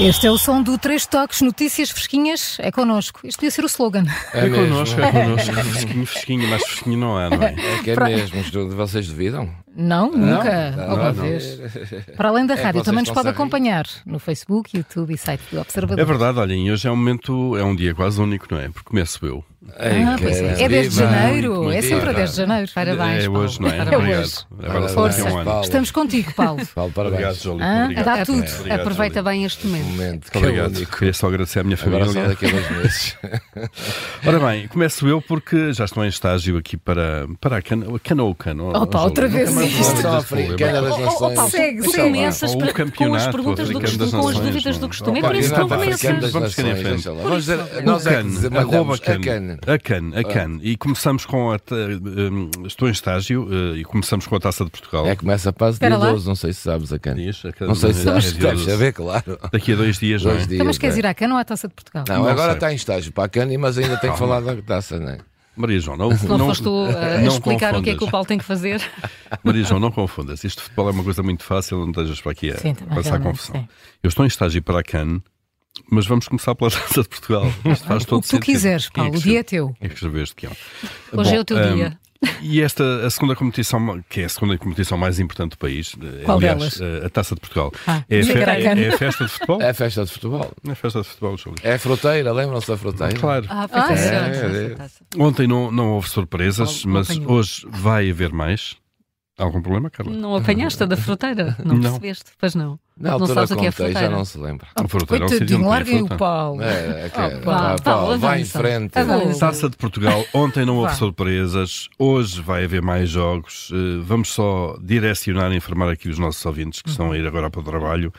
Este é o som do Três Toques, notícias fresquinhas, é connosco. Isto podia ser o slogan. É, É, mesmo. connosco, é connosco. Fresquinho, fresquinho, mas fresquinho não é, não é? É que é mesmo, isto de vocês duvidam? Não, nunca. Não, alguma não. vez. Para além da É, rádio, vocês também nos estão-se pode a rir. acompanhar no Facebook, YouTube e site do É Observador. verdade, olhem, hoje é um momento, é um dia quase único, não é? Porque começo eu. Ei, ah, pois é. caramba. é 10 de Viva, janeiro, muito é bem. sempre a 10 de janeiro. Parabéns. é Paulo. hoje, não é? Parabéns. Obrigado. Agora só Parabéns, daqui a um ano. Paulo. Estamos contigo, Paulo. Paulo, Obrigado, parabéns. Jolie. Hã? Obrigado. Ah, É, Dá tudo. Obrigado, Aproveita Jolie. bem este Um momento. momento, que Muito é o Obrigado. É único. Queria só agradecer à minha Agora só família. daqui a dois meses. É Ora bem, começo eu porque já estou em estágio aqui para, para a Cano- Canoa Cano. Opa, outra vez isto. Só é africana das Oh, oh, oh, Paulo, nações. Segue, tu segue. começas Então Ou o pre- com as campeonato perguntas do africano costume, das com as nações, dúvidas não do é? costume. É Opa, por isso que não exato, africano começas. das- Vamos seguir em frente. Vamos dizer, Nós nós é can, que dizer, arroba mandamos can, a Ah. cana. a can, a can. E começamos com a. ta- hum, estou em estágio eh, e começamos com a taça de Portugal. É que começa a paz Espera dia lá. 12, não sei se sabes a cana. Diz, a cada- Não sei se é sabes, dia deves 12. saber, claro. Daqui a dois dias, não é? Dois dias. Então, mas queres é. ir à cana ou à Taça de Portugal? Não, Não agora sei. está em estágio para a cana, mas ainda tem que falar da taça, não é? Maria João, não, Não, foste tu a não explicar o que é que o confundas. Paulo tem que fazer. Maria João, não confundas. Isto de futebol é uma coisa muito fácil, não estejas para aqui a Sim, também, passar a realmente, confusão. sim. Eu estou em estágio para a CAN, mas vamos começar pela Taça de Portugal. Isto faz todo O que tu quiseres, Paulo, o dia é teu. É que escreveste, Kion. Hoje Bom, é o teu hum, dia. E esta, a segunda competição, que é a segunda competição mais importante do país, eh, Qual aliás, delas? eh, a Taça de Portugal. Ah, é, a diga fe- lá, Can. é- é a festa de futebol? É a festa de futebol. É a festa de futebol, Júlio. É a fruteira, lembram-se da fruteira? Claro. Ah, Ah, foi é, é. certo. Ontem não, não houve surpresas, Paulo, não mas tenho. hoje vai haver mais. Algum problema, Carla? Hum. Não apanhaste a da fruteira? Não, Não. percebeste? Pois não. Na Não altura sabes o que é contei, já fruteira. não se lembra. A fruteira é um sítio Coitadinho, onde tem larguem o fruta. Paulo. É, é que- Opa. tá vá, Paulo, vá em avança. frente. Avança. Taça de Portugal, ontem não houve Vá. surpresas, hoje vai haver mais jogos. Eh, Vamos só direcionar e informar aqui os nossos ouvintes que estão a ir agora para o trabalho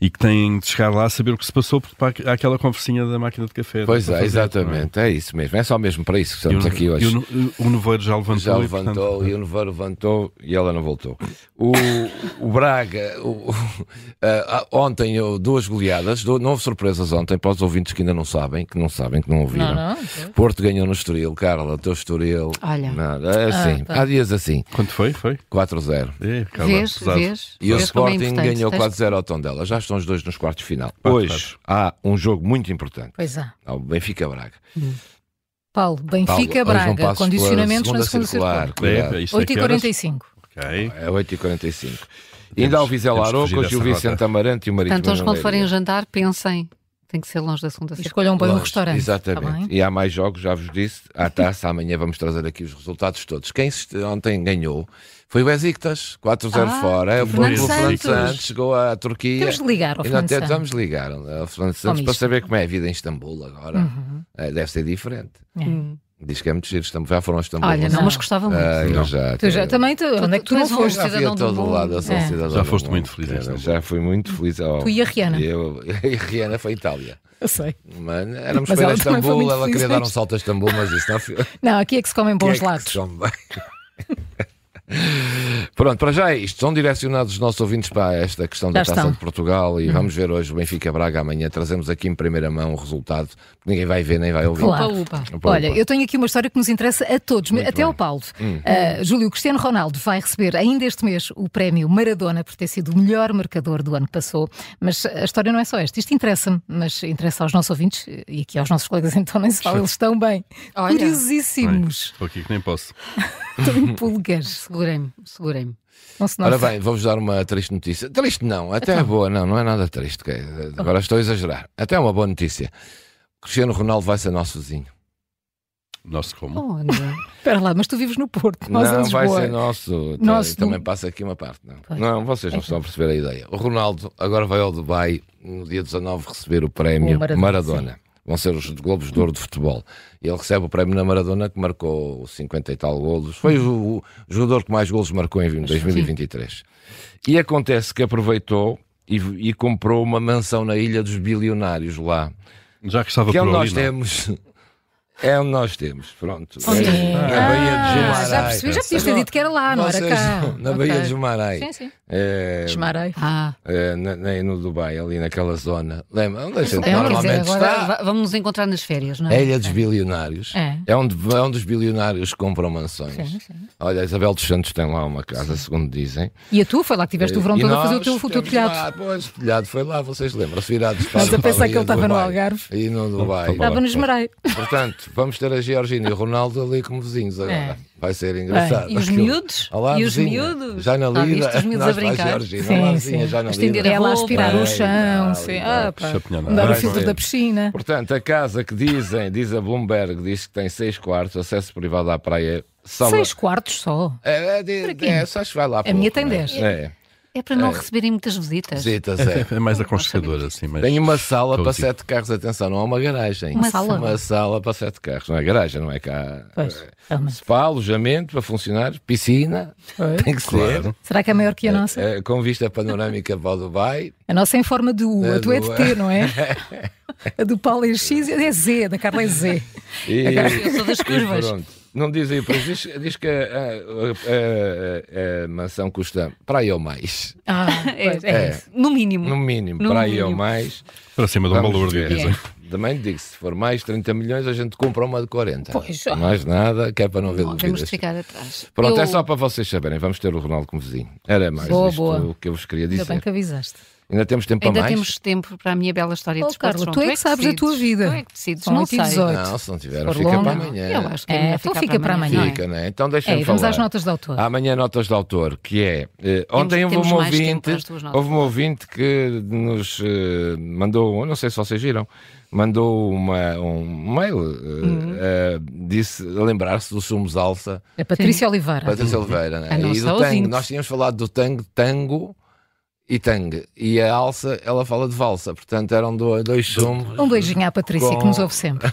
e que têm de chegar lá a saber o que se passou, porque pá, há aquela conversinha da máquina de café. Pois Não é, é fazer, não é? exatamente. É isso mesmo. É só mesmo para isso que E o- estamos aqui hoje. e o, o Noveiro já levantou. Já e, levantou portanto, e o Nevar levantou e ela não voltou. O, o Braga, o- ah, ontem eu- duas goleadas, du- não houve surpresas ontem para os ouvintes que ainda não sabem, que não sabem, que não ouviram. Não, não. Porto ganhou no Estoril, Carla, teu Estoril. Olha. Nada, é assim, Ah, pá. há dias assim, Quanto foi? Foi? 4-0. É, Carla, Vês, pesado. vês. E o Vês como é Sporting importante. ganhou Tens- 4-0 ao Tondela. Já estão os dois nos quartos de final. Quatro, Hoje há um jogo muito importante. Pois é. Ao Benfica Braga. Paulo, Benfica, Paulo, hoje não Braga, passo pela condicionamentos na segunda segunda circular. circular. É, Cuidado. isto é que horas? 8h45. Ok. É 8h45. Temos- Ainda ao Vizel temos que Aroco, fugir hoje o dessa Vicente rota. Amarante e o Marítimo. Portanto, hoje quando Leiria. forem jantar, pensem. Tem que ser longe assim. da segunda feira Escolham bem um Longe, restaurante. Exatamente. Tá bem? e há mais jogos, já vos disse. À taça, amanhã vamos trazer aqui os resultados todos. Quem se- ontem ganhou foi o Besiktas, 4-0 Ah, fora. O Fernando Fernando Santos. Santos chegou à Turquia. Temos de ligar ao Ainda Fernando até Santos. vamos ligar ao Fernando Santos para isto. saber como é a vida em Istambul agora. Uhum. Eh, Deve ser diferente. Hum. Diz que é muito giro. Istambul- Já foram a Istambul. Olha, não, Não. mas gostava muito. Ah, eu Não. já, Tu já também, tu, onde é que tu, tu não és um foste? Já fui a cidadão do todo mundo. lado, eu sou É. cidadão Já do foste mundo, muito feliz então. cara. neste Já fui muito feliz. Ao... Tu e a Rihanna. Eu... E a Rihanna foi a Itália. Eu sei. Mano, éramos Mas para ela também foi Istambul, muito ela feliz queria dar um neste- salto a Istambul, mas isso não foi. Não, aqui é que se comem Que é bons que lados. são bem. Pronto, para já é isto. São direcionados os nossos ouvintes para esta questão da Já taça estão. Uhum. de Portugal e vamos ver hoje o Benfica Braga amanhã. Trazemos aqui em primeira mão o resultado. Ninguém vai ver nem vai ouvir. Claro. Upa, upa. Opa, Olha, opa. eu tenho aqui uma história que nos interessa a todos, até ao bem. Paulo. Hum. Ah, Júlio Cristiano Ronaldo vai receber ainda este mês o prémio Maradona por ter sido o melhor marcador do ano que passou. Mas a história não é só esta. Isto interessa-me, mas interessa aos nossos ouvintes e aqui aos nossos colegas, então nem se fala, eles estão bem. Olha. Bem, Curiosíssimos. Estou aqui que nem posso. Estão em pulgas. Segurei-me, segurei-me. Não Então. se Ora nota. bem, vou-vos dar uma triste notícia. Triste não, até é boa, não, não é nada triste. que- Agora estou a exagerar. Até é uma boa notícia. Cristiano Ronaldo vai ser nosso vizinho. Nosso como. Hum. Oh, André. Espera lá, mas tu vives no Porto, nós em não, vai Lisboa. ser nosso. tá, Nosso Também do- passa aqui uma parte, não. Pois. É Não, vocês não estão a perceber a ideia. O Ronaldo agora vai ao Dubai no dia 19 receber o prémio O Maradona, Maradona. Vão ser os Globos de Ouro de Futebol. E ele recebe o prémio na Maradona, que marcou 50 e tal golos. Foi o, o jogador que mais golos marcou em 2023. E acontece que aproveitou e, e comprou uma mansão na Ilha dos Bilionários lá. Já que estava que é por onde nós ali, não é? temos. É onde nós temos, pronto. Onde É, é? Na Baía de Oh, Ah, Jumarai. já percebi, já podias ter dito que era lá, não era Vocês- cá. Na Baía de Ok. Jumarai. Sim, sim. É, Esmarei. Ah, é, na- na- no Dubai, ali naquela zona. Lembra? Onde a gente é, quer dizer, normalmente agora está. va- vamos nos encontrar nas férias, não É a é? Ilha dos Bilionários. É. onde, é onde os bilionários compram mansões. Olha, a Isabel dos Santos tem lá uma casa, segundo dizem. E a tu? Foi lá que tiveste o verão E todo a fazer o nós teu, o teu temos telhado. lá, pois, o telhado foi lá, vocês lembram-se, virados para Mas eu para pensei a Baía que ele do estava no Dubai. Algarve. E no Dubai. Estava no Esmarei. Portanto, vamos ter a Georgina e o Ronaldo ali como vizinhos agora. É. Vai ser engraçado. E os Aquilo. miúdos? Olá, e os vizinha. miúdos? Já na Ah, viste lida. os miúdos a Nós para brincar? Georgina. Sim, Olá, vizinha, sim. já na Estender lida. a É lá roupa. aspirar o Ai, chão, tal, sim. e Ah, tal. pá. Chapinha, não. Mudar o Vai filtro ser. da piscina. Portanto, a casa que dizem, diz a Bloomberg, diz que tem seis quartos, acesso privado à praia. Só Seis quartos só. É, é, de- Para quê? é, só se vai lá. pouco, minha tem não é? 10. É, É para não receberem muitas visitas. visitas, é. É, é mais aconchegrador, assim, mas... Tem uma sala para Cozy. sete carros, atenção, não há uma garagem. Uma sala. Uma sala para sete carros, não é garagem, não é cá. Pois. É. Ah, mas- Spa, alojamento para funcionários, piscina, Pois. tem que ser, Claro. Será que é maior que a nossa? é, com vista panorâmica para o Dubai. A nossa é em forma de U, a É, tua é do- de T, não é? A do Paulo é X, é Z, a da Carla é Z. E, Eu sou das e curvas. pronto. Não diz aí, pois diz, diz que a, a- a- a mansão custa para aí ou mais, Ah, É, pois, é isso. No mínimo. no mínimo, No para aí ou mínimo. mais. Para cima de um Vamos valor, ver. dizem. Também digo, se for mais 30 milhões, a gente compra uma de 40. Pois. Mais nada, que é para não haver Não, temos de dúvidas. ficar atrás. Pronto, Eu- é só para vocês saberem. Vamos ter o Ronaldo como vizinho. Era mais Boa, isto boa. o que eu vos queria Ainda bem dizer. que avisaste. Ainda temos tempo Ainda para mais? temos tempo para a minha bela história Oh, de desportos. Carla, João. tu é que sabes a decides. tua vida. Tu é que decides, São não oito e sei. 18. Não, se não tiver, For fica longa. para amanhã. Eu acho que É, a minha então fica, fica para amanhã. Fica, não é? Então É, deixem-me e falar. Ah, vamos às notas do autor. Amanhã notas de autor, que é. eh, ontem houve temos um mais tempo ouvinte. para as tuas notas. Houve um ouvinte que nos eh, mandou, não sei se vocês viram, mandou uma, um mail, eh, Uhum. eh, disse a lembrar-se do Sumos Alça, A É Patrícia Oliveira. Patrícia Oliveira, né? Ah. Uhum. A E nossa do ouvinte. tango. Nós tínhamos falado do tango, tango e tango. E a alça, ela fala de valsa, portanto eram do- dois sumos. Um beijinho à Patrícia, Com- que nos ouve sempre.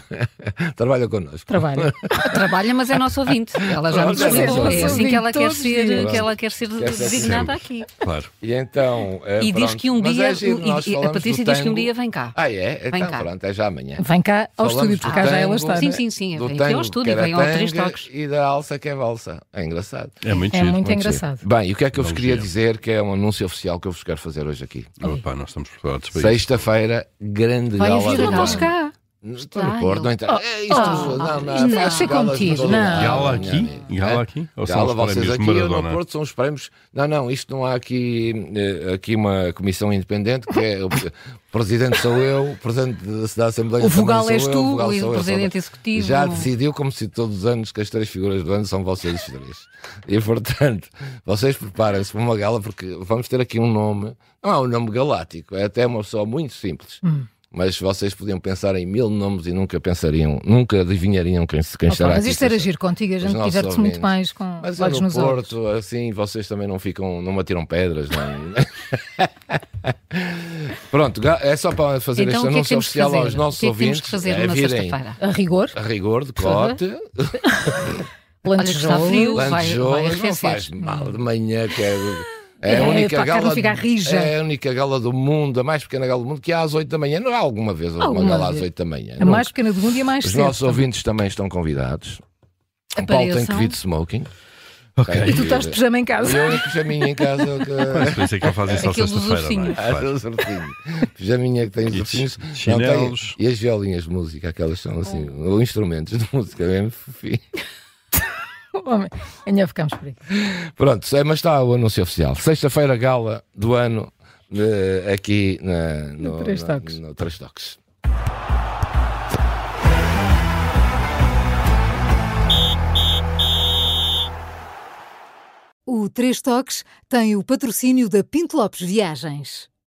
Trabalha connosco. Trabalha. Trabalha, mas é nosso ouvinte. Ela já Mas nos é explicou. nosso É assim que ouvinte ela quer todos os ser, dias. que ela quer ser ser designada aqui. Claro. E então. eh, E diz pronto. que um Mas dia. é giro, e- nós e a falamos Patrícia do diz que um tango. dia vem cá. Ah, é? Vem Então cá. pronto, é já amanhã. Vem cá ao Falamos estúdio, porque cá do já tango. ela está. Sim, não é? sim, sim. do Vem aqui ao estúdio, que era vem ao três tanga, toques. E da alça que é valsa. É engraçado. É muito É giro. muito Muito engraçado. giro. Bem, e o que é que eu vos Vamos queria ver. dizer, que é um anúncio oficial que eu vos quero fazer hoje aqui. Ah, pá, nós estamos preparados para isso. Sexta-feira, grande Vai gala. haver do gala. tango. Estás então cá. Não Estou Ai, no Porto, eu- não entendo. É isto, oh, não, não, isto deve ser galas contido, de todo lado. não. Gala aqui? não, Gala não. aqui? Ou são Ah, Gala, os prémios vocês de aqui eu no Maradona? Porto são os prémios. Não, não, isto não há aqui, eh, aqui uma comissão independente que é o presidente sou eu, o presidente da Assembleia O também vogal sou és eu, tu, vogal o sou eu, presidente sou eu. executivo. Já decidiu, como se todos os anos, que as três figuras do ano são vocês três. E portanto, vocês preparem-se para uma gala, porque vamos ter aqui um nome, não é um nome galáctico, é até uma pessoa muito simples. Hum. Mas vocês podiam pensar em mil nomes e nunca pensariam, nunca adivinhariam quem, quem Opa, estará mas aqui. isto era giro contigo, a Os gente nossos diverte-se muito ouvintes. mais com Mas é olhos no nos olhos. Porto, assim vocês também não ficam, não me atiram pedras, nem. Pronto, ga- é só para fazer Então este o que é que anúncio temos que oficial fazer? aos nossos o que é que temos ouvintes. que fazer é na virem sexta-feira? A rigor, a rigor, de favor. cote, Olha que está frio, lantejoulo. vai, vai lanchola, não faz arrefecer. mal de manhã, que é. É, É, a única para a carne gala, ficar rija. é a única gala do mundo, a mais pequena gala do mundo, que há às 8 da manhã. Não há alguma vez alguma Alguma gala às vez. 8 da manhã. A Nunca. mais pequena do mundo e a mais Os cedo. nossos ouvintes também estão convidados. O Paulo tem Apareçam. que vir de smoking. Ok. Tem E que tu estás de vir- pijama em casa. Eu em pijaminha em casa. que- Mas por isso é que não fazem só Aquele dos sexta-feira, não é? ursinhos. Ah, Claro. do certinho. Pijaminha que tem os E ursinhos. chi- Não, tem- chinelos. E as violinhas de música, aquelas são assim, ou instrumentos de música, mesmo fofinho. Homem, ainda ficamos por aí. Pronto, é, mas está o anúncio oficial. Sexta-feira, gala do ano, eh, aqui na, no, No Três na- Toques. no Três Toques. O Três Toques tem o patrocínio da Pinto Lopes Viagens.